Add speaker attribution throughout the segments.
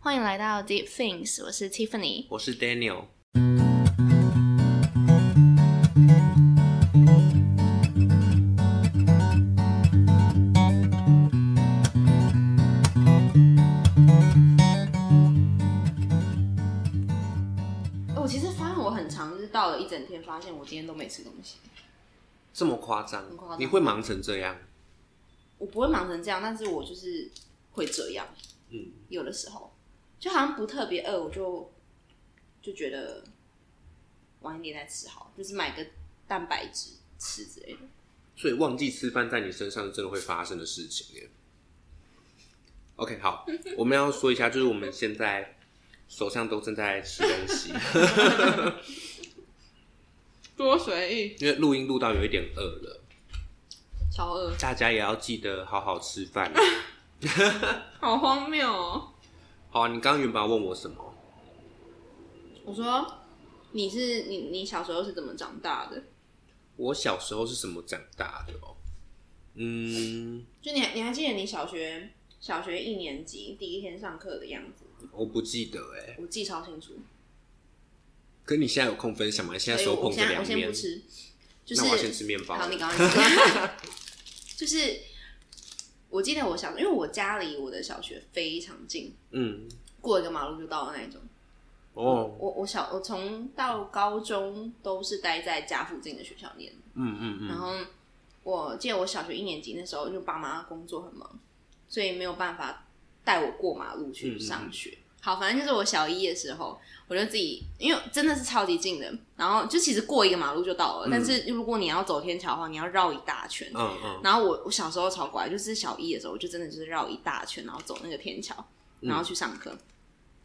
Speaker 1: 欢迎来到 Deep Things，我是 Tiffany。
Speaker 2: 我是 Daniel。
Speaker 1: 哎我其实发现我很常就是到了一整天，发现我今天都没吃东西。
Speaker 2: 这么夸张
Speaker 1: 很夸张？
Speaker 2: 你会忙成这样？
Speaker 1: 我不会忙成这样，但是我就是会这样，
Speaker 2: 嗯，
Speaker 1: 有的时候就好像不特别饿，我就就觉得晚一点再吃好，就是买个蛋白质吃之类的。
Speaker 2: 所以忘记吃饭在你身上真的会发生的事情耶。OK，好， 我们要说一下，就是我们现在手上都正在吃东 西，
Speaker 1: 多随意，
Speaker 2: 因为录音录到有一点饿了，
Speaker 1: 超饿，
Speaker 2: 大家也要记得好好吃 饭。
Speaker 1: 好荒谬哦！
Speaker 2: 好、啊，你刚刚原本要问我什么？
Speaker 1: 我说你是你你小时候是怎么长大的？
Speaker 2: 我小时候是怎么长大的哦？嗯，
Speaker 1: 就你还你还记得你小学小学一年级第一天上课的样子？
Speaker 2: 我不记得哎。
Speaker 1: 我记超清楚。
Speaker 2: 可你现在有空分享吗？你现在手
Speaker 1: 我
Speaker 2: 捧着
Speaker 1: 现哎在我
Speaker 2: 凉
Speaker 1: 先
Speaker 2: 面
Speaker 1: 不，吃，就是
Speaker 2: 那我要先吃面包。
Speaker 1: 好，你赶快吃。 就是我记得我小，因为我家离我的小学非常近，
Speaker 2: 嗯，
Speaker 1: 过一个马路就到了那一种。
Speaker 2: 哦，
Speaker 1: 我我小我从到高中都是待在家附近的学校念，
Speaker 2: 嗯嗯
Speaker 1: 然
Speaker 2: 嗯，
Speaker 1: 后我记得我小学一年级那时候，因为爸妈工作很忙，所以没有办法带我过马路去上学。好，反正就是我小一的时候，我就自己，因为真的是超级近的，然后就其实过一个马路就到了，但是如果你要走天桥的话，你要绕一大圈。
Speaker 2: 嗯嗯，
Speaker 1: 然后我我小时候超乖，就是小一的时候，我就真的就是绕一大圈，然后走那个天桥，然后去上课，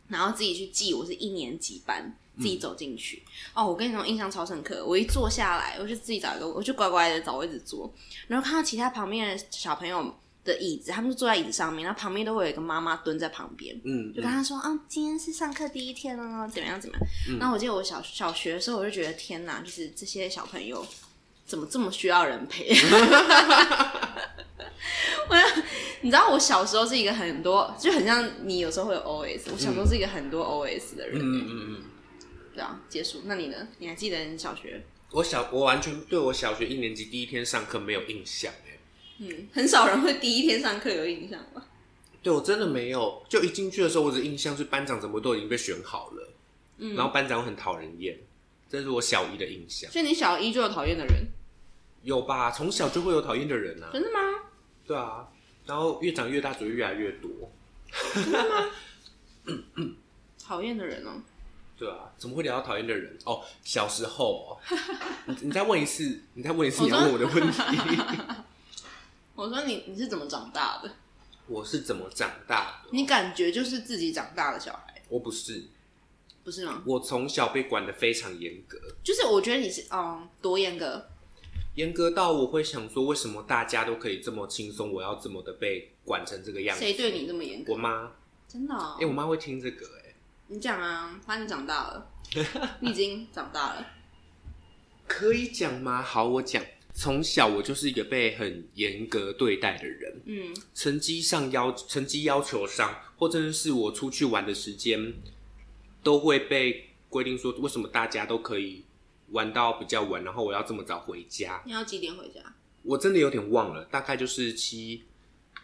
Speaker 1: 然后自己去记我是一年级班，自己走进去。哦，我跟你说印象超深刻，我一坐下来，我就自己找一个，我就乖乖的找位置坐，然后看到其他旁边的小朋友的椅子，他们就坐在椅子上面，然后旁边都会有一个妈妈蹲在旁边。
Speaker 2: 嗯
Speaker 1: 就跟他说啊，今天是上课第一天哦，怎么样怎么样？然后我记得我小小学的时候，我就觉得天哪，就是这些小朋友怎么这么需要人陪？ 我你知道我小时候是一个很多，就很像你有时候会有 OS，我小时候是一个很多 OS 的人。
Speaker 2: 嗯嗯嗯，
Speaker 1: 对啊，结束。那你呢？你还记得你小学？
Speaker 2: 我小我完全对我小学一年级第一天上课没有印象哎，
Speaker 1: 嗯，很少人会第一天上课有印象吧？
Speaker 2: 对我真的没有，就一进去的时候，我的印象是班长怎么都已经被选好了，嗯，然后班长很讨人厌，这是我小一的印象，
Speaker 1: 所以你小一就有讨厌的人，
Speaker 2: 有吧？从小就会有讨厌的人啊，
Speaker 1: 真的吗？
Speaker 2: 对啊，然后越长越大，只会越来越多，
Speaker 1: 讨厌的人哦、
Speaker 2: 对啊，怎么会聊到讨厌的人？哦，小时候、 哦，你你再问一次，你再问一次，
Speaker 1: 我
Speaker 2: 你要
Speaker 1: 说
Speaker 2: 问我的问题，
Speaker 1: 我说你你是怎么长大的？
Speaker 2: 我是怎么长大的？
Speaker 1: 你感觉就是自己长大的小孩，
Speaker 2: 我不是，
Speaker 1: 不是吗？
Speaker 2: 我从小被管得非常严格，
Speaker 1: 就是我觉得你是嗯多严格，
Speaker 2: 严格到我会想说，为什么大家都可以这么轻松，我要这么的被管成这个样子？
Speaker 1: 谁对你这么严格？
Speaker 2: 我妈，
Speaker 1: 真的、哦
Speaker 2: 哎、我妈会听这个、哎，
Speaker 1: 你讲啊，反正你长大 了，你已经长大了，
Speaker 2: 可以讲吗？好，我讲。从小我就是一个被很严格对待的人，
Speaker 1: 嗯，
Speaker 2: 成绩上要成绩要求上，或者是我出去玩的时间，都会被规定说，为什么大家都可以玩到比较晚，然后我要这么早回家？
Speaker 1: 你要几点回家？
Speaker 2: 我真的有点忘了，大概就是七，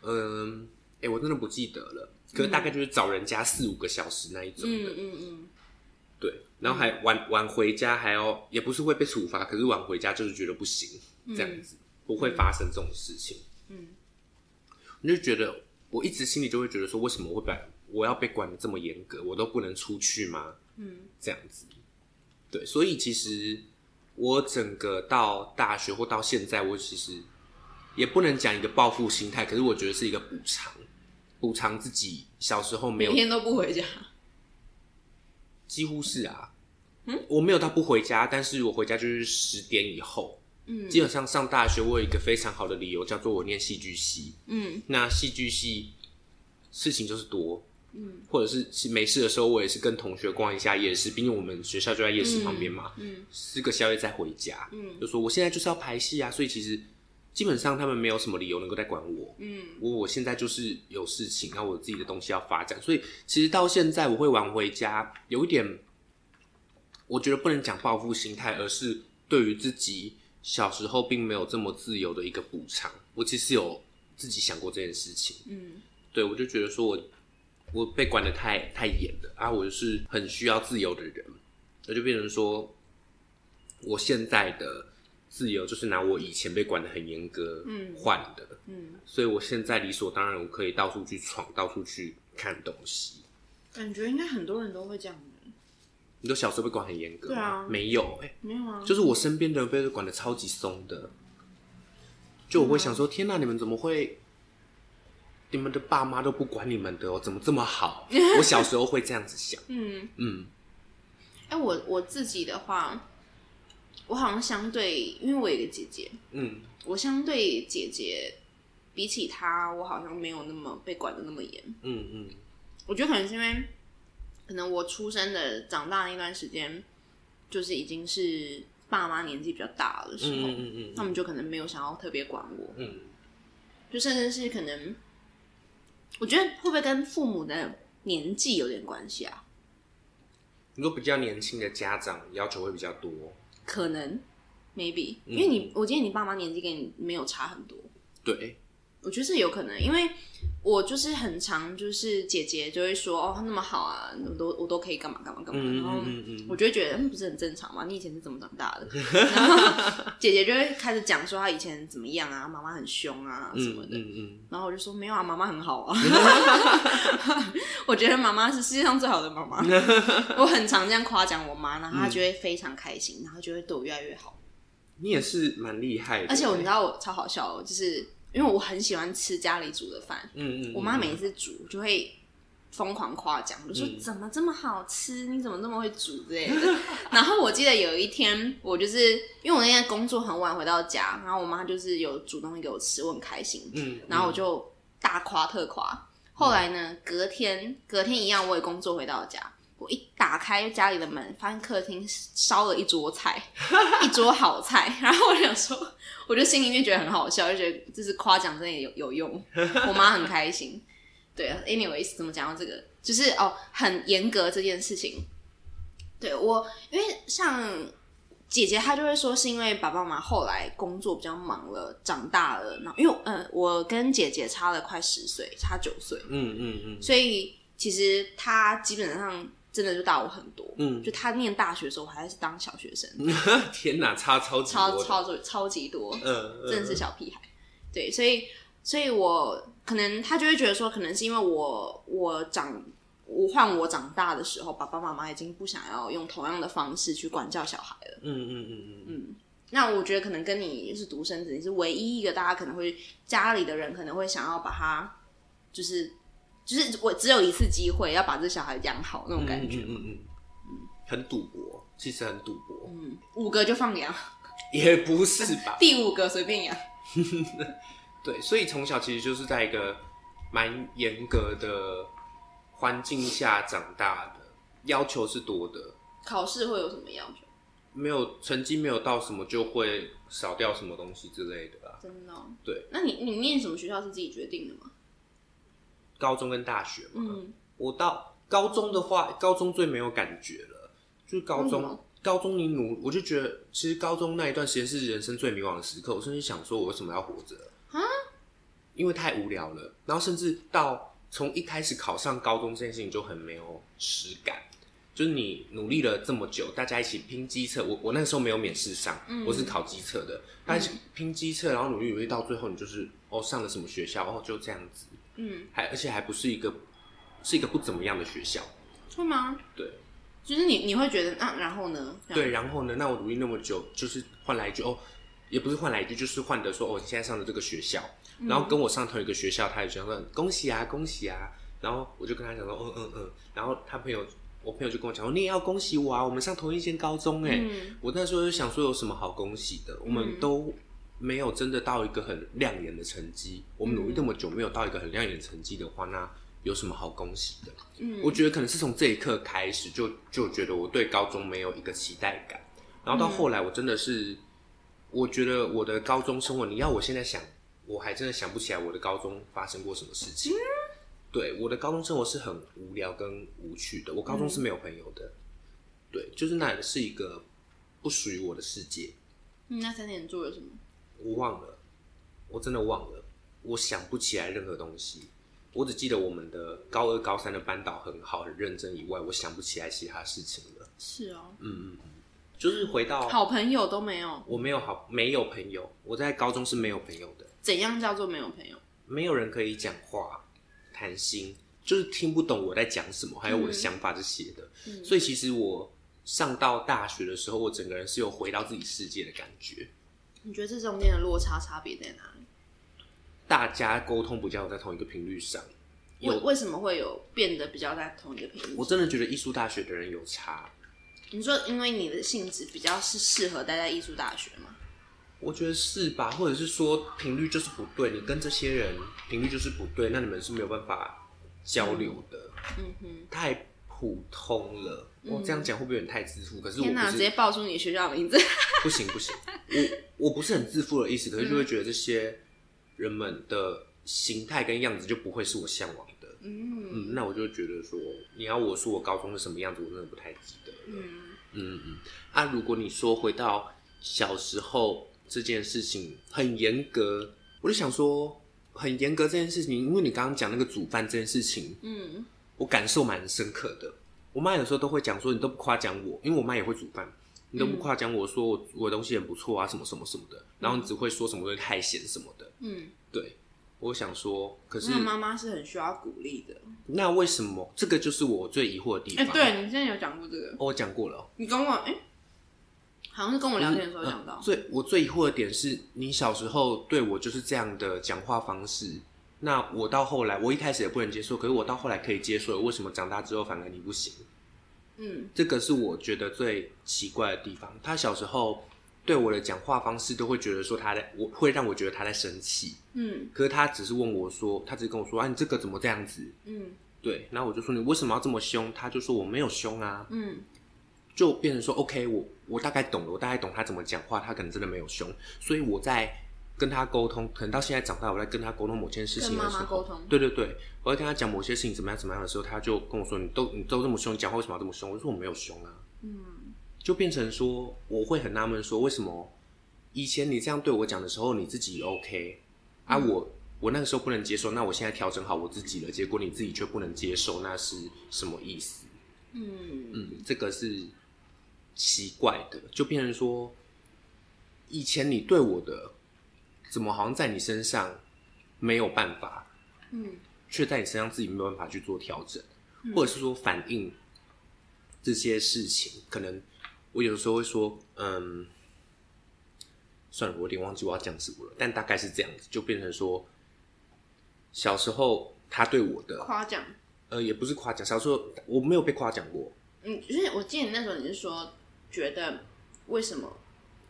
Speaker 2: 嗯，哎、我真的不记得了。可是大概就是找人家四五个小时那一种
Speaker 1: 嗯
Speaker 2: 的，
Speaker 1: 嗯嗯，
Speaker 2: 对，然后还晚晚回家还要，也不是会被处罚，可是晚回家就是觉得不行，这样子、不会发生这种事情。
Speaker 1: 嗯，
Speaker 2: 我就觉得我一直心里就会觉得说，为什么我会被我要被管的这么严格，我都不能出去吗？
Speaker 1: 嗯，
Speaker 2: 这样子，对，所以其实我整个到大学或到现在，我其实也不能讲一个报复心态，可是我觉得是一个补偿，补偿自己小时候没有
Speaker 1: 每天都不 回家，
Speaker 2: 几乎是啊，嗯，我没有到不回家，但是我回家就是十点以后。嗯，基本上上大学我有一个非常好的理由，叫做我念戏剧系。
Speaker 1: 嗯，
Speaker 2: 那戏剧系事情就是多，嗯，或者是没事的时候，我也是跟同学逛一下夜市，毕竟我们学校就在夜市旁边嘛，
Speaker 1: 嗯
Speaker 2: 吃个宵夜再回家，
Speaker 1: 嗯
Speaker 2: 就说我现在就是要排戏啊，所以其实基本上他们没有什么理由能够再管我。
Speaker 1: 嗯，
Speaker 2: 我我现在就是有事情，然后我自己的东西要发展，所以其实到现在我会晚回家，有一点，我觉得不能讲报复心态，而是对于自己小时候并没有这么自由的一个补偿。我其实有自己想过这件事情，
Speaker 1: 嗯，
Speaker 2: 对我就觉得说我我被管的太太严了，啊，我就是很需要自由的人，我就变成说，我现在的自由就是拿我以前被管的很严格
Speaker 1: 嗯
Speaker 2: 换的。
Speaker 1: 嗯，
Speaker 2: 所以我现在理所当然，我可以到处去闯，到处去看东西。
Speaker 1: 感觉应该很多人都会这样的，
Speaker 2: 你都小时候被管很严格吗
Speaker 1: 对啊
Speaker 2: 没有、欸，
Speaker 1: 没有啊？
Speaker 2: 就是我身边的人被管的超级松的，就我会想说，天哪、你们怎么会？你们的爸妈都不管你们的哦，怎么这么好？我小时候会这样子想，
Speaker 1: 嗯，
Speaker 2: 嗯，
Speaker 1: 哎、我我自己的话，我好像相对，因为我有一个姐姐，
Speaker 2: 嗯，
Speaker 1: 我相对姐姐比起她，我好像没有那么被管的那么严。
Speaker 2: 嗯嗯
Speaker 1: 我觉得可能是因为，可能我出生的长大那段时间，就是已经是爸妈年纪比较大的时
Speaker 2: 嗯
Speaker 1: 候，
Speaker 2: 嗯嗯
Speaker 1: 他们就可能没有想要特别管我，
Speaker 2: 嗯
Speaker 1: 就甚至是可能，我觉得会不会跟父母的年纪有点关系啊？
Speaker 2: 你说比较年轻的家长要求会比较多，
Speaker 1: 可能，maybe，因为
Speaker 2: 嗯
Speaker 1: 你，我记得你爸妈年纪跟你没有差很多，
Speaker 2: 对，
Speaker 1: 我觉得是有可能，因为我就是很常就是姐姐就会说哦，她那么好啊，我都我都可以干嘛干嘛干嘛，
Speaker 2: 嗯
Speaker 1: 然后
Speaker 2: 嗯嗯嗯
Speaker 1: 我就会觉得嗯不是很正常嘛，你以前是怎么长大 的？然后姐姐就会开始讲说她以前怎么样啊，妈妈很凶啊什么
Speaker 2: 嗯
Speaker 1: 的。
Speaker 2: 嗯嗯，
Speaker 1: 然后我就说没有啊，妈妈很好 啊，我觉得妈妈是世界上最好的妈 妈。我很常这样夸奖我妈，然后她就会非常开
Speaker 2: 嗯
Speaker 1: 心，然后就会对我越来越好。
Speaker 2: 你也是蛮厉害的，
Speaker 1: 而且我你知，道我超好笑哦，就是因为我很喜欢吃家里煮的饭，
Speaker 2: 嗯嗯，
Speaker 1: 我妈
Speaker 2: 嗯
Speaker 1: 每次煮就会疯狂夸奖，就说
Speaker 2: 嗯
Speaker 1: 怎么这么好吃，你怎么这么会煮之类 的。然后我记得有一天，我就是因为我那天工作很晚回到家，然后我妈就是有煮东西给我吃，我很开心，
Speaker 2: 嗯，
Speaker 1: 然后我就大夸特夸。后来呢，隔天隔天一样，我也工作回到家。我一打开家里的门，发现客厅烧了一桌菜， 一桌好菜。然后我就想说，我就心里面觉得很好笑，就觉得这是夸奖真的有有用，我妈很开心。对啊，anyways，怎么讲到这个，就是哦，很严格这件事情。对我，因为像姐姐她就会说，是因为爸爸妈妈后来工作比较忙了，长大了，然后因为嗯、呃，我跟姐姐差了快十岁，差九岁，
Speaker 2: 嗯嗯嗯
Speaker 1: 所以其实她基本上真的就大我很多。
Speaker 2: 嗯，
Speaker 1: 就她念大学的时候，我还是当小学生，
Speaker 2: 天哪，差超级
Speaker 1: 超
Speaker 2: 多的，
Speaker 1: 超级超级多。
Speaker 2: 嗯，嗯
Speaker 1: 真的是小屁孩。对，所以所以我可能他就会觉得说，可能是因为我我长我换我长大的时候，爸爸妈妈已经不想要用同样的方式去管教小孩了。
Speaker 2: 嗯嗯嗯嗯
Speaker 1: 那我觉得可能跟你是独生子，你是唯一一个大家可能会家里的人可能会想要把他就是。就是我只有一次机会要把这小孩养好那种
Speaker 2: 嗯，
Speaker 1: 感觉，
Speaker 2: 嗯嗯嗯，很赌博，其实很赌博，
Speaker 1: 嗯五个就放养，
Speaker 2: 也不是吧？
Speaker 1: 第五个随便养。
Speaker 2: 对，所以从小其实就是在一个蛮严格的环境下长大的，要求是多的，
Speaker 1: 考试会有什么要求？
Speaker 2: 没有成绩没有到什么就会少掉什么东西之类的啊啦。
Speaker 1: 真的、哦？
Speaker 2: 对。
Speaker 1: 那你你念什么学校是自己决定的吗？
Speaker 2: 高中跟大学嘛，
Speaker 1: 嗯，
Speaker 2: 我到高中的话，高中最没有感觉了，就是高
Speaker 1: 为什
Speaker 2: 中
Speaker 1: 么，
Speaker 2: 高中你努，我就觉得其实高中那一段时间是人生最迷惘的时刻。我甚至想说，我为什么要活着？
Speaker 1: 啊？
Speaker 2: 因为太无聊了。然后甚至到从一开始考上高中这件事情就很没有实感。就是你努力了这么久，大家一起拼机测，我我那时候没有免试上，
Speaker 1: 嗯
Speaker 2: 我是考机测的，但是拼机测，然后努力努力到最后，你就是哦上了什么学校，哦就这样子，
Speaker 1: 嗯，
Speaker 2: 还而且还不是一个是一个不怎么样的学校，
Speaker 1: 会吗？
Speaker 2: 对
Speaker 1: 就是你你会觉得啊，然后呢？这样，
Speaker 2: 对。然后呢，那我努力那么久，就是换来一句哦，也不是换来一句，就是换的说哦，你现在上的这个学校，
Speaker 1: 嗯
Speaker 2: 然后跟我上同一个学校，他也讲说恭喜啊，恭喜啊，然后我就跟他讲说嗯嗯嗯，然后他朋友我朋友就跟我讲说你也要恭喜我啊，我们上同一间高中哎、
Speaker 1: 嗯
Speaker 2: 我那时候就想说有什么好恭喜的，我们
Speaker 1: 嗯
Speaker 2: 都。没有真的到一个很亮眼的成绩，我们努力那么久没有到一个很亮眼的成绩的话，那有什么好恭喜的？
Speaker 1: 嗯，
Speaker 2: 我觉得可能是从这一刻开始就，就觉得我对高中没有一个期待感，然后到后来我真的是我觉得我的高中生活，你要我现在想，我还真的想不起来我的高中发生过什么事情。对，我的高中生活是很无聊跟无趣的，我高中是没有朋友的。对，就是那是一个不属于我的世界，
Speaker 1: 嗯，那三年做了什么？
Speaker 2: 我忘了，我真的忘了，我想不起来任何东西。我只记得我们的高二、高三的班导很好、很认真以外，我想不起来其他事情了。
Speaker 1: 是哦，
Speaker 2: 嗯嗯嗯，就是回到
Speaker 1: 好朋友都没有，
Speaker 2: 我没有好没有朋友，我在高中是没有朋友的，
Speaker 1: 怎样叫做没有朋友？
Speaker 2: 没有人可以讲话、谈心，就是听不懂我在讲什么，还有我的想法这些的。
Speaker 1: 嗯
Speaker 2: 所以其实我上到大学的时候，我整个人是有回到自己世界的感觉。
Speaker 1: 你觉得这中间的落差差别在哪里？
Speaker 2: 大家沟通比较有在同一个频率上，有
Speaker 1: 为为什么会有变得比较在同一个频率
Speaker 2: 我？真的觉得艺术大学的人有差，
Speaker 1: 你说，因为你的性质比较是适合待在艺术大学吗？
Speaker 2: 我觉得是吧？或者是说频率就是不对，你跟这些人频率就是不对，那你们是没有办法交流的，
Speaker 1: 嗯哼，
Speaker 2: 太普通了。我、这样讲会不会有点太自负？可是
Speaker 1: 嗯
Speaker 2: 我
Speaker 1: 天哪，直
Speaker 2: 不是
Speaker 1: 接报出你学校的 名字，
Speaker 2: 不行不行，我我不是很自负的意思，可是就
Speaker 1: 嗯
Speaker 2: 会觉得这些人们的形态跟样子就不会是我向往的。
Speaker 1: 嗯
Speaker 2: 嗯，那我就觉得说，你要我说我高中是什么样子，我真的不太记得了。
Speaker 1: 嗯，
Speaker 2: 嗯嗯，啊，如果你说回到小时候这件事情很严格，我就想说很严格这件事情，因为你刚刚讲那个煮饭这件事情，
Speaker 1: 嗯，
Speaker 2: 我感受蛮深刻的。我妈有时候都会讲说，你都不夸奖我，因为我妈也会煮饭，你都不夸奖我说我我的东西很不错啊，什么什么什么的，然后你只会说什么东西太咸什么的。
Speaker 1: 嗯，
Speaker 2: 对，我想说，可是
Speaker 1: 那妈妈是很需要鼓励的。
Speaker 2: 那为什么这个就是我最疑惑的地
Speaker 1: 哎、
Speaker 2: 方？
Speaker 1: 对你之前有讲过这个，
Speaker 2: 哦，我讲过了哦。
Speaker 1: 你跟我哎、好像是跟我聊天的时候
Speaker 2: 嗯
Speaker 1: 讲到，
Speaker 2: 最我最疑惑的点是你小时候对我就是这样的讲话方式，那我到后来我一开始也不能接受，可是我到后来可以接受了，为什么长大之后反而你不行？
Speaker 1: 嗯
Speaker 2: 这个是我觉得最奇怪的地方。他小时候对我的讲话方式都会觉得说他在，我会让我觉得他在生气，
Speaker 1: 嗯
Speaker 2: 可是他只是问我说，他只是跟我说啊你这个怎么这样子？
Speaker 1: 嗯
Speaker 2: 对，然后我就说你为什么要这么凶？他就说我没有凶啊，
Speaker 1: 嗯
Speaker 2: 就变成说，OK，我我大概懂了，我大概懂他怎么讲话，他可能真的没有凶，所以我在跟他沟通，可能到现在长大，我在跟他沟通某件事情的
Speaker 1: 跟
Speaker 2: 时
Speaker 1: 妈妈
Speaker 2: 候，
Speaker 1: 沟通
Speaker 2: 对对对，我在跟他讲某些事情怎么样怎么样的时候，他就跟我说，你都你都这么凶，你讲话为什么要这么凶？我就说我没有凶啊，
Speaker 1: 嗯
Speaker 2: 就变成说，我会很纳闷说，为什么以前你这样对我讲的时候，你自己 OK 啊
Speaker 1: 嗯
Speaker 2: 我，我那个时候不能接受，那我现在调整好我自己了，结果你自己却不能接受，那是什么意思？
Speaker 1: 嗯
Speaker 2: 嗯，这个是奇怪的，就变成说，以前你对我的，怎么好像在你身上没有办法，
Speaker 1: 嗯
Speaker 2: 却在你身上自己没有办法去做调整，
Speaker 1: 嗯
Speaker 2: 或者是说反映这些事情，可能我有的时候会说，嗯，算了，我有点忘记我要讲什么了，但大概是这样子，就变成说，小时候他对我的，
Speaker 1: 夸奖，
Speaker 2: 呃，也不是夸奖，小时候我没有被夸奖过，
Speaker 1: 嗯，就是我记得你那时候你是说，觉得为什么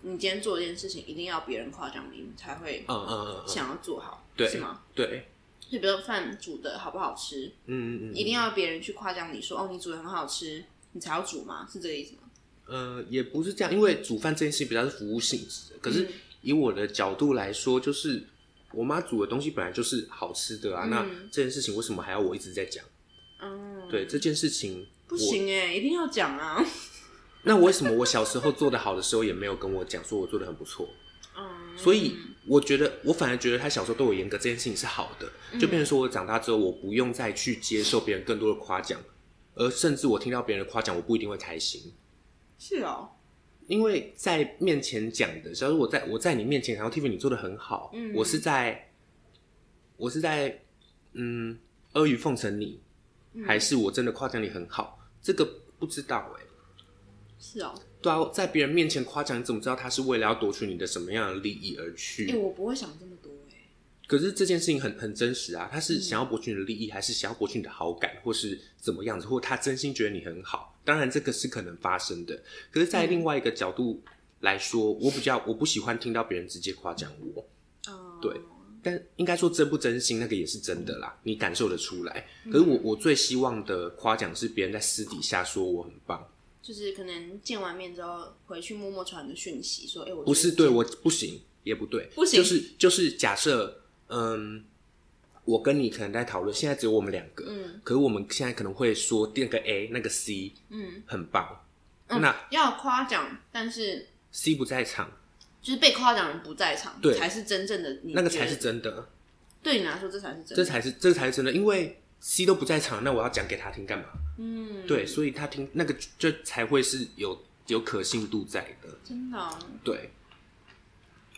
Speaker 1: 你今天做一件事情一定要别人夸奖你，你才会
Speaker 2: 嗯嗯嗯嗯，
Speaker 1: 想要做好，
Speaker 2: 对，
Speaker 1: 是吗？？
Speaker 2: 对，
Speaker 1: 就比如说饭煮的好不好吃，
Speaker 2: 嗯嗯嗯，
Speaker 1: 一定要别人去夸奖你说哦，你煮的很好吃，你才要煮吗？是这个意思吗？
Speaker 2: 呃，也不是这样，因为煮饭这件事情比较是服务性质的。可是
Speaker 1: 嗯
Speaker 2: 以我的角度来说，就是我妈煮的东西本来就是好吃的啊，那
Speaker 1: 嗯
Speaker 2: 这件事情为什么还要我一直在讲？
Speaker 1: 嗯，
Speaker 2: 对，这件事情
Speaker 1: 不行哎、一定要讲啊。
Speaker 2: 那为什么我小时候做的好的时候也没有跟我讲，说我做的很不错？
Speaker 1: 嗯，
Speaker 2: 所以我觉得，我反而觉得他小时候对我严格这件事情是好的，
Speaker 1: 嗯
Speaker 2: 就变成说我长大之后，我不用再去接受别人更多的夸奖，而甚至我听到别人的夸奖，我不一定会开心。
Speaker 1: 是哦，
Speaker 2: 因为在面前讲的，假如我在我在你面前，然后 Tiffany 你做的很好，
Speaker 1: 嗯
Speaker 2: 我是在我是在嗯阿谀奉承你，还是我真的夸奖你很好？这个不知道哎、
Speaker 1: 是哦。
Speaker 2: 对啊，在别人面前夸奖，你怎么知道他是为了要夺取你的什么样的利益而去？
Speaker 1: 哎、我不会想这么多哎、
Speaker 2: 可是这件事情很很真实啊，他
Speaker 1: 嗯
Speaker 2: 是想要博取你的利益，还是想要博取你的好感，或是怎么样子，或他真心觉得你很好。当然，这个是可能发生的。可是，在另外一个角度来
Speaker 1: 嗯
Speaker 2: 说，我比较我不喜欢听到别人直接夸奖我，
Speaker 1: 哦
Speaker 2: 对但应该说真不真心，那个也是真的
Speaker 1: 嗯
Speaker 2: 啦，你
Speaker 1: 嗯
Speaker 2: 感受得出来。可是我我最希望的夸奖是别人在私底下说我很棒，
Speaker 1: 就是可能见完面之后回去默默传个讯息说，哎、我
Speaker 2: 不
Speaker 1: 觉得
Speaker 2: 是对
Speaker 1: 见
Speaker 2: 我不行，也不对，
Speaker 1: 不行
Speaker 2: 就是就是假设，嗯，我跟你可能在讨论，现在只有我们两个，
Speaker 1: 嗯，
Speaker 2: 可是我们现在可能会说那个 A 那个 C
Speaker 1: 嗯
Speaker 2: 很棒，
Speaker 1: 嗯
Speaker 2: 那
Speaker 1: 要夸奖，但是
Speaker 2: C 不在场，
Speaker 1: 就是被夸奖的人不在场，
Speaker 2: 对
Speaker 1: 才是真正的你
Speaker 2: 那个才
Speaker 1: 觉
Speaker 2: 是
Speaker 1: 得
Speaker 2: 真的，
Speaker 1: 对你来说这才是真的，
Speaker 2: 这才是这才是真的，因为 C 都不在场，那我要讲给他听干嘛？
Speaker 1: 嗯
Speaker 2: 对，所以他听那个这才会是有有可信度在的，
Speaker 1: 真的哦、
Speaker 2: 对，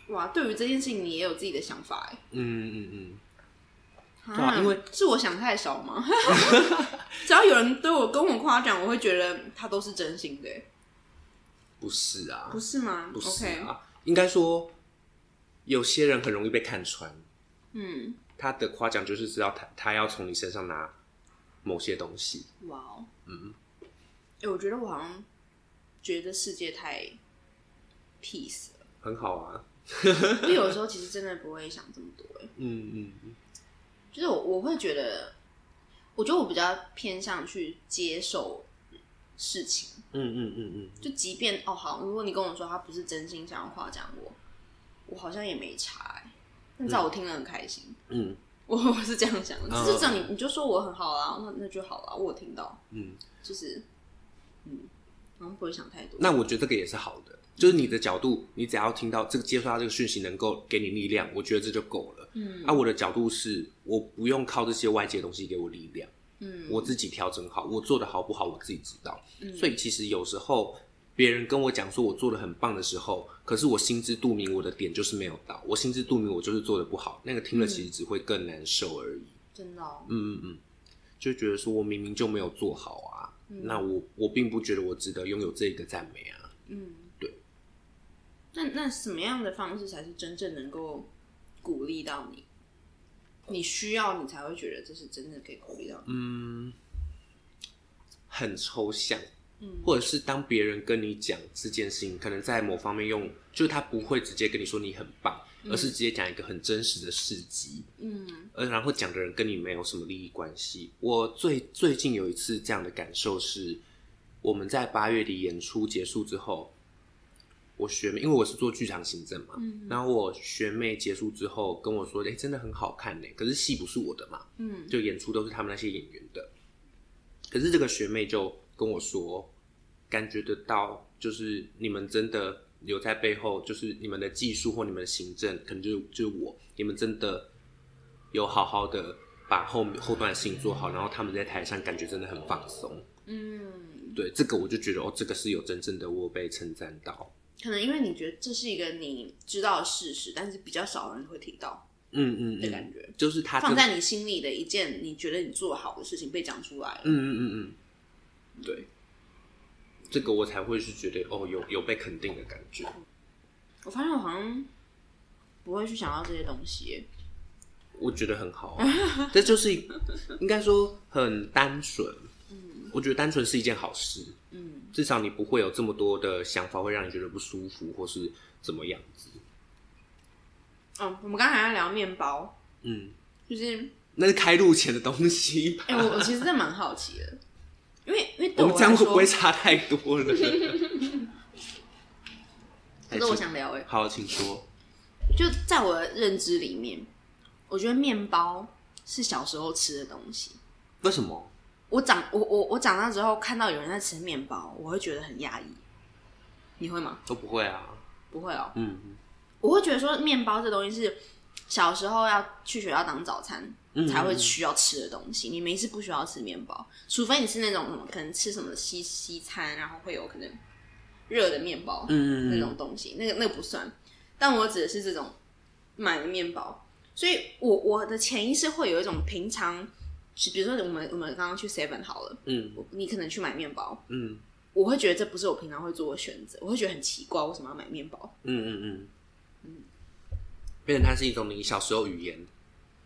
Speaker 1: 哇，对于这件事情你也有自己的想法哎。
Speaker 2: 嗯嗯嗯，
Speaker 1: 啊
Speaker 2: 对啊因为
Speaker 1: 是我想太少 吗？只要有人对我跟我夸奖，我会觉得他都是真心的欸，
Speaker 2: 不是啊，
Speaker 1: 不是吗
Speaker 2: 不是
Speaker 1: o k
Speaker 2: 啊，应该说有些人很容易被看穿，
Speaker 1: 嗯，
Speaker 2: 他的夸奖就是知道他他要从你身上拿某些东西。
Speaker 1: 哇哦，嗯，哎、我觉得我好像觉得世界太 peace 了，
Speaker 2: 很好啊，
Speaker 1: 我有时候其实真的不会想这么多哎，
Speaker 2: 嗯嗯，
Speaker 1: 就是我我会觉得，我觉得我比较偏向去接受事情，
Speaker 2: 嗯嗯嗯嗯，
Speaker 1: 就即便哦好，如果你跟我说他不是真心想要夸奖我，我好像也没差、欸，但至少我听了很开心。
Speaker 2: 嗯
Speaker 1: 我 我是这样想的，
Speaker 2: 嗯
Speaker 1: 就是这样，你你就说我很好啦，那那就好啦，我有听到，
Speaker 2: 嗯，
Speaker 1: 就是嗯，好像不会想太多。
Speaker 2: 那我觉得这个也是好的，就是你的角度，你只要听到这个接触到这个讯息能够给你力量，我觉得这就够了。
Speaker 1: 嗯
Speaker 2: 啊，我的角度是我不用靠这些外界的东西给我力量，
Speaker 1: 嗯
Speaker 2: 我自己调整好，我做的好不好我自己知道。所以其实有时候别人跟我讲说我做的很棒的时候，可是我心知肚明，我的点就是没有到，我心知肚明我就是做的不好，那个听了其实只会更难受而已。
Speaker 1: 真的、哦，
Speaker 2: 嗯嗯嗯，就觉得说我明明就没有做好啊，那我我并不觉得我值得拥有这个赞美啊。
Speaker 1: 嗯，
Speaker 2: 对。
Speaker 1: 那那什么样的方式才是真正能够鼓励到你？你需要你才会觉得这是真的可以鼓励
Speaker 2: 嗯
Speaker 1: 到你。
Speaker 2: 很抽象，
Speaker 1: 嗯
Speaker 2: 或者是当别人跟你讲这件事情，可能在某方面用，就是他不会直接跟你说你很棒，而是直接讲一个很真实的事迹，
Speaker 1: 嗯
Speaker 2: 呃，然后讲的人跟你没有什么利益关系。我最最近有一次这样的感受是，我们在八月底演出结束之后，我学妹，因为我是做剧场行政嘛，
Speaker 1: 嗯
Speaker 2: 然后我学妹结束之后跟我说，哎、真的很好看呢、可是戏不是我的嘛，
Speaker 1: 嗯
Speaker 2: 就演出都是他们那些演员的。可是这个学妹就跟我说，感觉得到，就是你们真的有在背后，就是你们的技术或你们的行政，可能就是就是我，你们真的有好好的把后后段的事情做好，然后他们在台上感觉真的很放松。
Speaker 1: 嗯，
Speaker 2: 对这个，我就觉得哦，这个是有真正的我有被称赞到。
Speaker 1: 可能因为你觉得这是一个你知道的事实，但是比较少人会提到
Speaker 2: 嗯嗯
Speaker 1: 的
Speaker 2: 嗯，
Speaker 1: 感觉，
Speaker 2: 就是他真
Speaker 1: 放
Speaker 2: 的
Speaker 1: 在你心里的一件你觉得你做好的事情被讲出来了。
Speaker 2: 嗯嗯嗯，嗯，对，这个我才会是觉得哦，有有被肯定的感觉。
Speaker 1: 我发现我好像不会去想到这些东西耶，
Speaker 2: 我觉得很好、 啊，这就是一应该说很单纯。我觉得单纯是一件好事，
Speaker 1: 嗯，
Speaker 2: 至少你不会有这么多的想法会让你觉得不舒服或是怎么样子。
Speaker 1: 哦，我们刚才在聊面包，
Speaker 2: 嗯，
Speaker 1: 就是，
Speaker 2: 那是开路前的东西吧。
Speaker 1: 哎、我我其实真的蛮好奇的，因为因为 对
Speaker 2: 我们这样
Speaker 1: 来
Speaker 2: 会
Speaker 1: 说，
Speaker 2: 不会差太多了？
Speaker 1: 可是我想聊哎、
Speaker 2: 好，请说。
Speaker 1: 就在我的认知里面，我觉得面包是小时候吃的东西。
Speaker 2: 为什么？
Speaker 1: 我长我我我长大之后看到有人在吃面包，我会觉得很压抑。你会吗？
Speaker 2: 都不会啊。
Speaker 1: 不会哦，
Speaker 2: 嗯
Speaker 1: 我会觉得说面包这东西是小时候要去学校当早餐
Speaker 2: 嗯
Speaker 1: 才会需要吃的东西，你没事不需要吃面包，除非你是那种什么可能吃什么西西餐，然后会有可能热的面包，
Speaker 2: 嗯
Speaker 1: 那种东西，那个那个不算。但我指的是这种买的面包，所以我我的潜意识会有一种平常，比如说我们我们刚刚去 Seven 好了，
Speaker 2: 嗯
Speaker 1: 我你可能去买面包，
Speaker 2: 嗯
Speaker 1: 我会觉得这不是我平常会做的选择，我会觉得很奇怪，为什么要买面包？
Speaker 2: 嗯嗯嗯，变成它是一种你小时候语言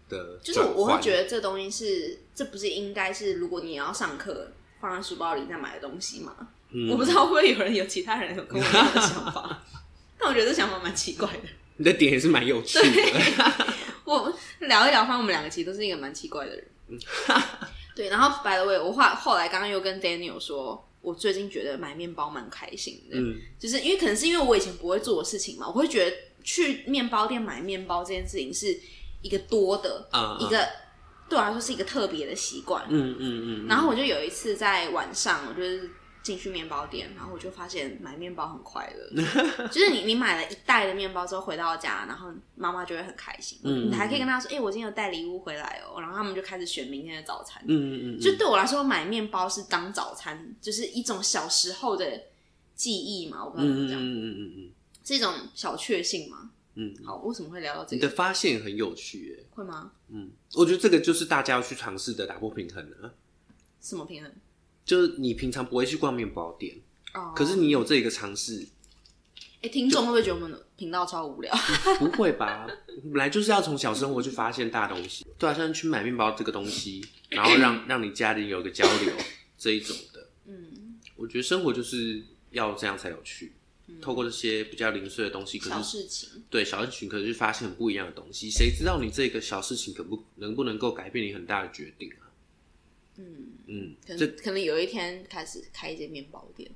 Speaker 2: 的转换，
Speaker 1: 就是我我会觉得这东西是这不是应该是如果你要上课放在书包里再买的东西吗？
Speaker 2: 嗯
Speaker 1: 我不知道会不会有人有其他人有跟我一样的想 法，但我觉得这想法蛮奇怪的。
Speaker 2: 你的点也是蛮有趣的。嗯
Speaker 1: 我聊一聊，发现我们两个其实都是一个蛮奇怪的人。对，然后 by the way，我后后来刚刚又跟 Daniel 说，我最近觉得买面包蛮开心的，
Speaker 2: 嗯，
Speaker 1: 就是因为可能是因为我以前不会做的事情嘛，我会觉得去面包店买面包这件事情是一个多的，
Speaker 2: 啊、
Speaker 1: 一个对我来说是一个特别的习惯。
Speaker 2: 嗯，嗯嗯嗯，
Speaker 1: 然后我就有一次在晚上，我就是进去面包店，然后我就发现买面包很快 乐，就是你你买了一袋的面包之后回到家，然后妈妈就会很开心，
Speaker 2: 嗯
Speaker 1: 你还可以跟她说，哎、我今天有带礼物回来哦，然后他们就开始选明天的早餐。
Speaker 2: 嗯嗯嗯，
Speaker 1: 就对我来说，买面包是当早餐，就是一种小时候的记忆嘛，我不知道怎
Speaker 2: 嗯嗯
Speaker 1: 么
Speaker 2: 嗯
Speaker 1: 讲，
Speaker 2: 嗯嗯
Speaker 1: 是一种小确幸嘛。
Speaker 2: 嗯嗯，
Speaker 1: 好，为什么会聊到这
Speaker 2: 你的
Speaker 1: 个？
Speaker 2: 发现很有趣耶，
Speaker 1: 会吗？
Speaker 2: 嗯，我觉得这个就是大家要去尝试的打破平衡啊，
Speaker 1: 什么平衡？
Speaker 2: 就是你平常不会去逛面包店，
Speaker 1: 哦，
Speaker 2: 可是你有这个尝试，
Speaker 1: 哎、听众会不会觉得我们的频道超无聊？
Speaker 2: 不会吧？本来就是要从小生活去发现大东西，对啊，像去买面包这个东西，然后让让你家人有个交流这一种的，
Speaker 1: 嗯，
Speaker 2: 我觉得生活就是要这样才有趣。透过这些比较零碎的东西，可
Speaker 1: 小
Speaker 2: 是
Speaker 1: 事情。
Speaker 2: 对小人群可能去发现很不一样的东西。谁知道你这个小事情可不能不能够改变你很大的决定啊？
Speaker 1: 嗯，
Speaker 2: 嗯，
Speaker 1: 可
Speaker 2: 这
Speaker 1: 能可能有一天开始开一间面包 店，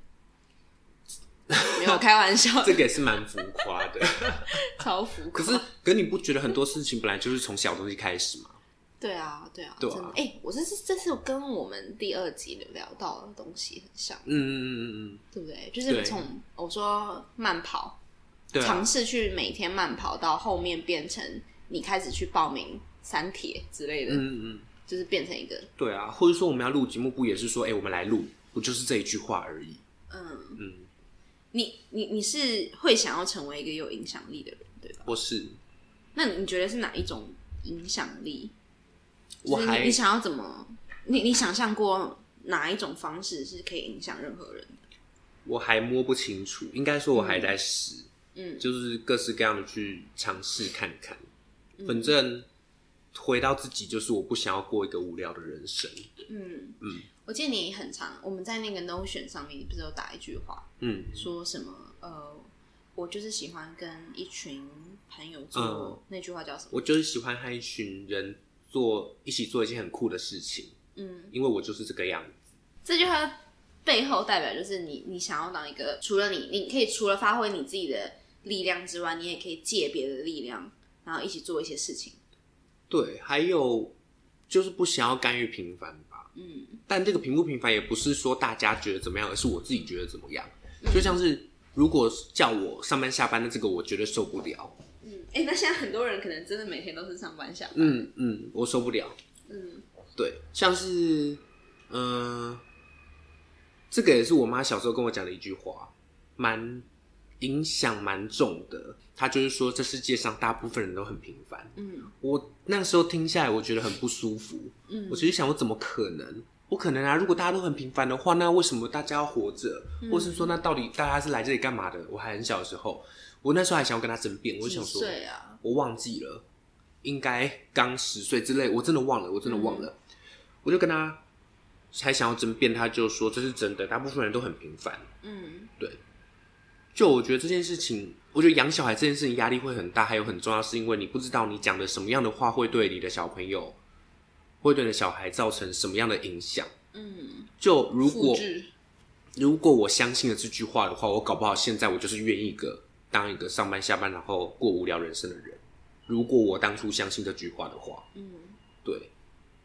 Speaker 1: 没有开玩笑，
Speaker 2: 这个也是蛮浮夸的。
Speaker 1: 超浮夸。
Speaker 2: 可是，可你不觉得很多事情本来就是从小东西开始吗？
Speaker 1: 对啊，对啊，
Speaker 2: 对啊
Speaker 1: 真的。哎、我这是这是跟我们第二集聊到的东西很像，
Speaker 2: 嗯嗯嗯嗯嗯，
Speaker 1: 对不对？就是
Speaker 2: 对
Speaker 1: 从我说慢跑，
Speaker 2: 对啊
Speaker 1: 尝，试去每天慢跑，到后面变成你开始去报名三铁之类的，
Speaker 2: 嗯嗯嗯，
Speaker 1: 就是变成一个
Speaker 2: 对啊，或者说我们要录节目，不也是说，哎、我们来录，不就是这一句话而已？
Speaker 1: 嗯，
Speaker 2: 嗯，
Speaker 1: 你你你是会想要成为一个有影响力的人，对吧？
Speaker 2: 或是
Speaker 1: 那你觉得是哪一种影响力？
Speaker 2: 我
Speaker 1: 就是你
Speaker 2: 还
Speaker 1: 你想要怎么？你你想象过哪一种方式是可以影响任何人的？
Speaker 2: 我还摸不清楚，应该说我还在试，
Speaker 1: 嗯
Speaker 2: 就是各式各样的去尝试看看，反正回到自己，就是我不想要过一个无聊的人生。
Speaker 1: 嗯
Speaker 2: 嗯
Speaker 1: 我记得你很常我们在那个 Notion 上面不是有打一句话，
Speaker 2: 嗯
Speaker 1: 说什么呃，我就是喜欢跟一群朋友做，
Speaker 2: 嗯
Speaker 1: 那句话叫什么？
Speaker 2: 我就是喜欢和一群人做一起做一件很酷的事情，
Speaker 1: 嗯，
Speaker 2: 因为我就是这个样子。
Speaker 1: 这句话背后代表就是你，你想要当一个除了你，你可以除了发挥你自己的力量之外，你也可以借别的力量，然后一起做一些事情。
Speaker 2: 对，还有就是不想要干预平凡吧。
Speaker 1: 嗯
Speaker 2: 但这个平不平凡也不是说大家觉得怎么样，而是我自己觉得怎么样。就像是如果叫我上班下班的这个，我绝对受不了。
Speaker 1: 嗯，哎、那现在很多人可能真的每天都是上班下班。
Speaker 2: 嗯嗯，我受不了。
Speaker 1: 嗯
Speaker 2: 对，像是嗯、呃这个也是我妈小时候跟我讲的一句话，蛮影响蛮重的。她就是说，这世界上大部分人都很平凡。
Speaker 1: 嗯
Speaker 2: 我那时候听下来，我觉得很不舒服。
Speaker 1: 嗯
Speaker 2: 我其实想，我怎么可能？不可能啊！如果大家都很平凡的话，那为什么大家要活着？或是说，那到底大家是来这里干嘛的？我还很小的时候，我那时候还想要跟他争辩，我就想说，
Speaker 1: 对啊，
Speaker 2: 我忘记了，应该刚十岁之类，我真的忘了，我真的忘了。
Speaker 1: 嗯
Speaker 2: 我就跟他还想要争辩，他就说这是真的，大部分人都很平凡。
Speaker 1: 嗯
Speaker 2: 就我觉得这件事情，我觉得养小孩这件事情压力会很大，还有很重要是因为你不知道你讲的什么样的话会对你的小朋友，会对你的小孩造成什么样的影响。
Speaker 1: 嗯，
Speaker 2: 就如
Speaker 1: 复
Speaker 2: 果
Speaker 1: 制
Speaker 2: 如果我相信了这句话的话，我搞不好现在我就是愿意一个当一个上班下班然后过无聊人生的人。如果我当初相信这句话的话，
Speaker 1: 嗯
Speaker 2: 对，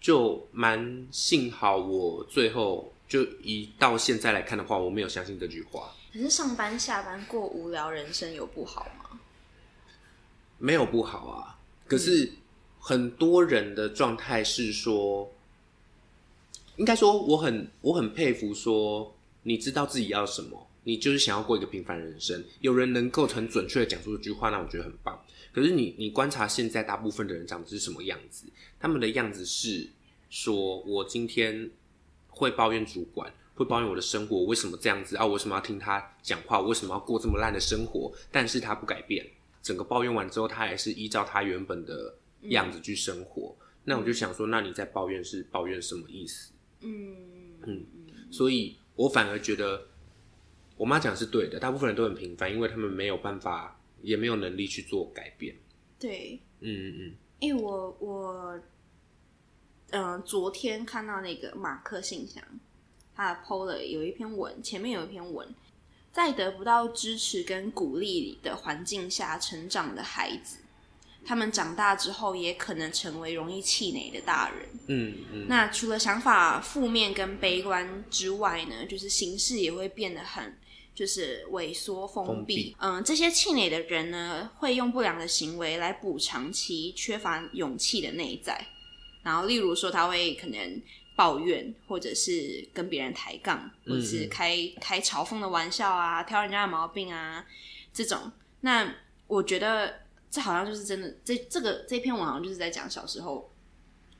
Speaker 2: 就蛮幸好我最后就一到现在来看的话，我没有相信这句话，
Speaker 1: 可是上班下班过无聊人生有不好吗？
Speaker 2: 没有不好啊。可是很多人的状态是说，应该说我很我很佩服说，你知道自己要什么，你就是想要过一个平凡人生。有人能够很准确的讲出这句话，那我觉得很棒。可是你你观察现在大部分的人长得是什么样子？他们的样子是说我今天会抱怨主管，会抱怨我的生活为什么这样子啊？我为什么要听他讲话？我为什么要过这么烂的生活？但是他不改变，整个抱怨完之后，他还是依照他原本的样子去生活。那我就想说，那你在抱怨是抱怨什么意思？
Speaker 1: 嗯嗯
Speaker 2: 所以我反而觉得嗯我妈讲的是对的，大部分人都很平凡，因为他们没有办法，也没有能力去做改变。
Speaker 1: 对，
Speaker 2: 嗯嗯
Speaker 1: 因为我我呃，昨天看到那个马克信箱，他 PO 了有一篇文，前面有一篇文，在得不到支持跟鼓励的环境下成长的孩子，他们长大之后也可能成为容易气馁的大人。
Speaker 2: 嗯嗯，
Speaker 1: 那除了想法负面跟悲观之外呢，就是形式也会变得很就是萎缩封
Speaker 2: 封
Speaker 1: 闭
Speaker 2: 闭。
Speaker 1: 嗯，这些气馁的人呢，会用不良的行为来补偿其缺乏勇气的内在。然后，例如说，他会可能抱怨，或者是跟别人抬杠，或者是开、开嘲讽的玩笑啊，挑人家的毛病啊，这种。那我觉得这好像就是真的，这这个这篇文好像就是在讲小时候，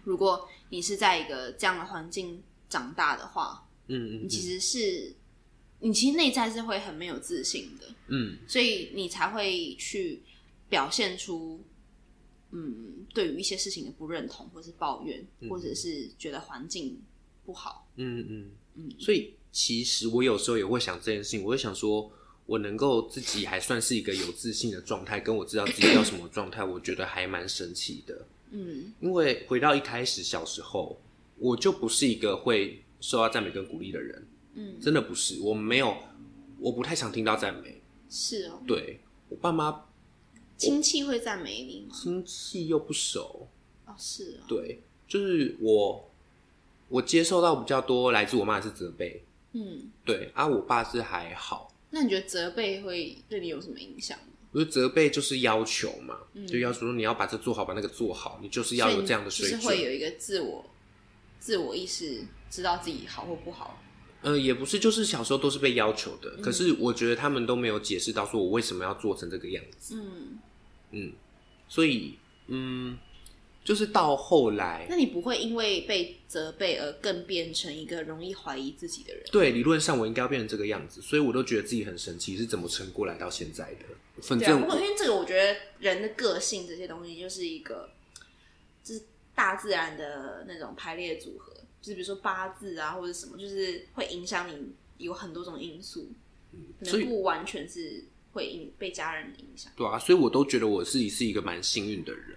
Speaker 1: 如果你是在一个这样的环境长大的话，
Speaker 2: 嗯
Speaker 1: 你
Speaker 2: 嗯
Speaker 1: 其实是你其实内在是会很没有自信的，
Speaker 2: 嗯，
Speaker 1: 所以你才会去表现出。嗯，对于一些事情的不认同，或是抱怨，或者是觉得环境不好，
Speaker 2: 嗯嗯嗯，所以其实我有时候也会想这件事情，我会想说，我能够自己还算是一个有自信的状态，跟我知道自己要什么状态，我觉得还蛮神奇的。
Speaker 1: 嗯
Speaker 2: 因为回到一开始小时候，我就不是一个会受到赞美跟鼓励的人，
Speaker 1: 嗯，
Speaker 2: 真的不是，我没有，我不太想听到赞美。
Speaker 1: 是哦，
Speaker 2: 对我爸妈
Speaker 1: 亲戚会赞美你吗？
Speaker 2: 亲戚又不熟，
Speaker 1: 哦，是哦，
Speaker 2: 对，就是我我接受到比较多来自我妈的是责备，
Speaker 1: 嗯，
Speaker 2: 对啊，我爸是还好。
Speaker 1: 那你觉得责备会对你有什么影响吗？
Speaker 2: 不是责备就是要求嘛，就要求说你要把这做好，把那个做好，你就是
Speaker 1: 嗯
Speaker 2: 要
Speaker 1: 所以
Speaker 2: 有
Speaker 1: 你
Speaker 2: 这样的水
Speaker 1: 就
Speaker 2: 准。
Speaker 1: 是会有一个自我自我意识，知道自己好或不好。
Speaker 2: 呃，也不是，就是小时候都是被要求
Speaker 1: 嗯
Speaker 2: 的，可是我觉得他们都没有解释到说我为什么要做成这个样子，
Speaker 1: 嗯，
Speaker 2: 所以嗯，就是到后来，
Speaker 1: 那你不会因为被责备而更变成一个容易怀疑自己的人？
Speaker 2: 对理论上我应该要变成这个样子，所以我都觉得自己很神奇，是怎么撑过来到现在的。反
Speaker 1: 对啊，
Speaker 2: 正
Speaker 1: 不
Speaker 2: 我
Speaker 1: 过因为这个，我觉得人的个性这些东西就是一个，就是大自然的那种排列组合，就是比如说八字啊或者什么，就是会影响你有很多种因素，可
Speaker 2: 所以
Speaker 1: 能不完全是会影被家人的影响。
Speaker 2: 对啊，所以我都觉得我自己是一个蛮幸运的人。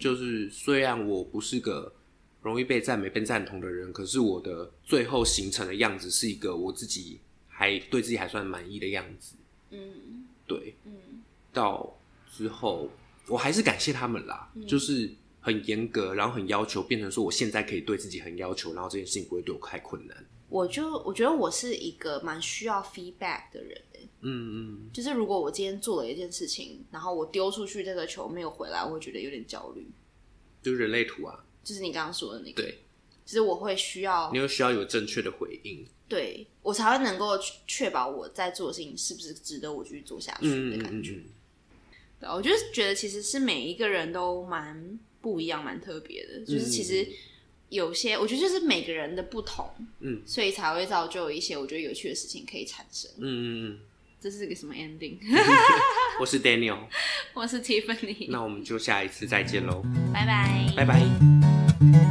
Speaker 2: 就是虽然我不是个容易被赞美、被赞同的人，可是我的最后形成的样子是一个我自己还对自己还算满意的样子。
Speaker 1: 嗯
Speaker 2: 对，
Speaker 1: 嗯
Speaker 2: 到之后我还是感谢他们啦，就是很严格，然后很要求，变成说我现在可以对自己很要求，然后这件事情不会对我太困难。
Speaker 1: 我就我觉得我是一个蛮需要 feedback 的人、欸，
Speaker 2: 嗯嗯，
Speaker 1: 就是如果我今天做了一件事情，然后我丢出去这个球没有回来，我会觉得有点焦虑。
Speaker 2: 就是人类图啊，
Speaker 1: 就是你刚刚说的那个，
Speaker 2: 对，
Speaker 1: 就是我会需要
Speaker 2: 你又需要有正确的回应。
Speaker 1: 对我才会能够确确保我在做的事情是不是值得我继续做下去
Speaker 2: 嗯
Speaker 1: 的
Speaker 2: 嗯
Speaker 1: 感觉。
Speaker 2: 嗯嗯，
Speaker 1: 对啊，我就是觉得其实是每一个人都蛮不一样、蛮特别的，
Speaker 2: 嗯
Speaker 1: 就是其实有些我觉得就是每个人的不同，
Speaker 2: 嗯，
Speaker 1: 所以才会造就一些我觉得有趣的事情可以产生。
Speaker 2: 嗯嗯嗯，
Speaker 1: 这是个什么 ending？
Speaker 2: 我是 Daniel，
Speaker 1: 我是 Tiffany，
Speaker 2: 那我们就下一次再见喽，
Speaker 1: 拜拜，
Speaker 2: 拜拜。